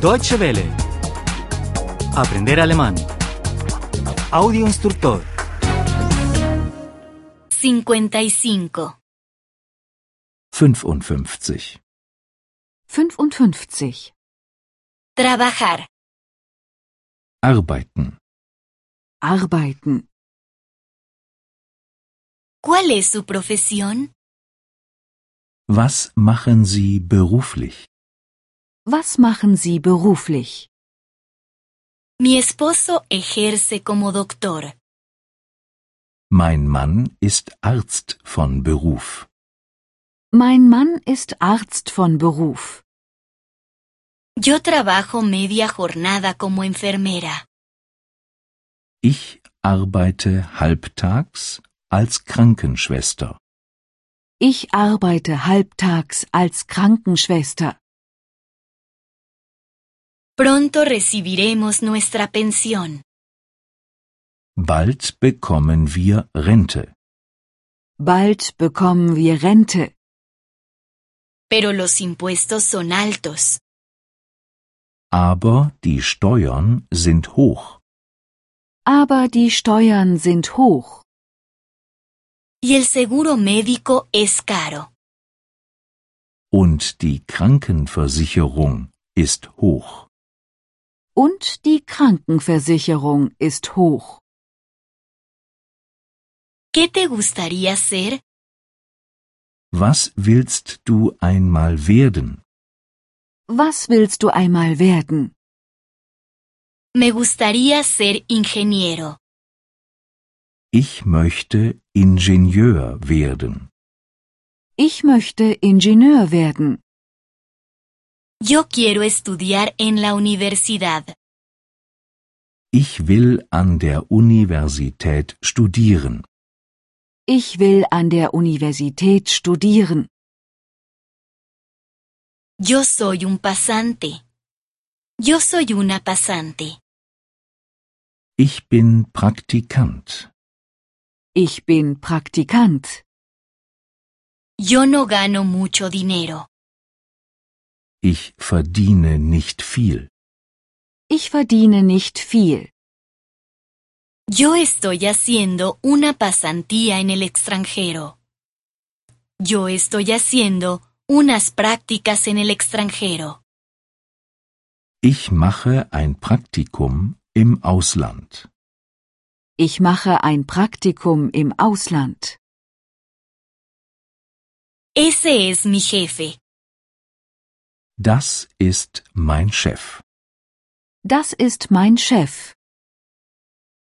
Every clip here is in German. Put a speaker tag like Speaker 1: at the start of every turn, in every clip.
Speaker 1: Deutsche Welle. Aprender alemán. Audio instructor.
Speaker 2: 55.
Speaker 3: 55.
Speaker 4: 55.
Speaker 2: Trabajar.
Speaker 3: Arbeiten.
Speaker 4: Arbeiten.
Speaker 2: ¿Cuál es su profesión?
Speaker 3: Was machen Sie beruflich?
Speaker 4: Was machen Sie beruflich?
Speaker 2: Mi esposo ejerce como doctor.
Speaker 3: Mein Mann ist Arzt von Beruf.
Speaker 4: Mein Mann ist Arzt von Beruf.
Speaker 2: Yo trabajo media jornada como enfermera.
Speaker 3: Ich arbeite halbtags als Krankenschwester.
Speaker 4: Ich arbeite halbtags als Krankenschwester.
Speaker 2: Pronto recibiremos nuestra pensión.
Speaker 3: Bald bekommen wir Rente.
Speaker 4: Bald bekommen wir Rente,
Speaker 2: Pero los impuestos son altos.
Speaker 3: Aber die Steuern sind hoch.
Speaker 4: aber die Steuern sind hoch
Speaker 2: Y el seguro médico es caro.
Speaker 3: Und die Krankenversicherung ist hoch.
Speaker 4: und die Krankenversicherung ist hoch.
Speaker 2: ¿Qué te gustaría ser?
Speaker 3: Was willst du einmal werden?
Speaker 4: Was willst du einmal werden?
Speaker 2: Me gustaría ser ingeniero.
Speaker 3: Ich möchte Ingenieur werden.
Speaker 4: Ich möchte Ingenieur werden.
Speaker 2: Yo quiero estudiar en la universidad.
Speaker 3: Ich will an der Universität studieren.
Speaker 4: Ich will an der Universität studieren.
Speaker 2: Yo soy un pasante. Yo soy una pasante.
Speaker 3: Ich bin Praktikant.
Speaker 4: Ich bin Praktikant.
Speaker 2: Yo no gano mucho dinero.
Speaker 3: Ich verdiene nicht viel.
Speaker 4: Ich verdiene nicht viel.
Speaker 2: Yo estoy haciendo una pasantía en el extranjero. Yo estoy haciendo unas prácticas en el extranjero.
Speaker 3: Ich mache ein Praktikum im Ausland.
Speaker 4: Ich mache ein Praktikum im Ausland.
Speaker 2: Ese es mi jefe.
Speaker 3: Das ist mein Chef.
Speaker 4: Das ist mein Chef.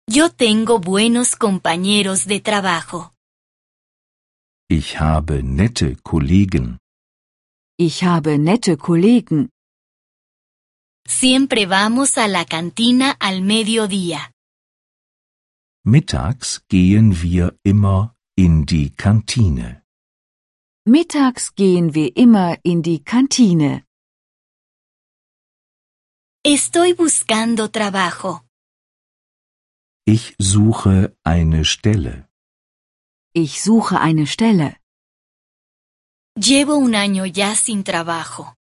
Speaker 2: Yo tengo buenos compañeros de trabajo.
Speaker 3: Ich habe nette Kollegen.
Speaker 4: Ich habe nette Kollegen.
Speaker 2: Siempre vamos a la cantina al mediodía.
Speaker 3: Mittags gehen wir immer in die Kantine.
Speaker 4: Mittags gehen wir immer in die Kantine.
Speaker 2: Estoy buscando trabajo.
Speaker 3: Ich suche eine Stelle.
Speaker 4: Ich suche eine Stelle.
Speaker 2: Llevo un año ya sin trabajo.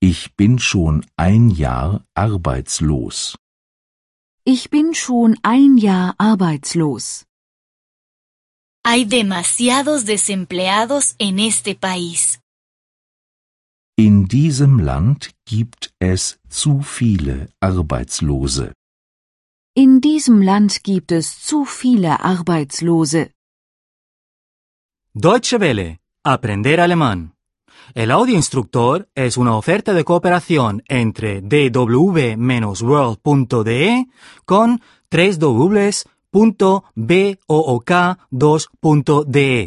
Speaker 3: Ich bin schon ein Jahr arbeitslos.
Speaker 4: Ich bin schon ein Jahr arbeitslos.
Speaker 2: Hay demasiados desempleados en este país.
Speaker 3: In diesem Land gibt es zu viele Arbeitslose.
Speaker 4: In diesem Land gibt es zu viele Arbeitslose.
Speaker 1: Deutsche Welle. Aprender alemán. El audio instructor es una oferta de cooperación entre dw-world.de con 3 2de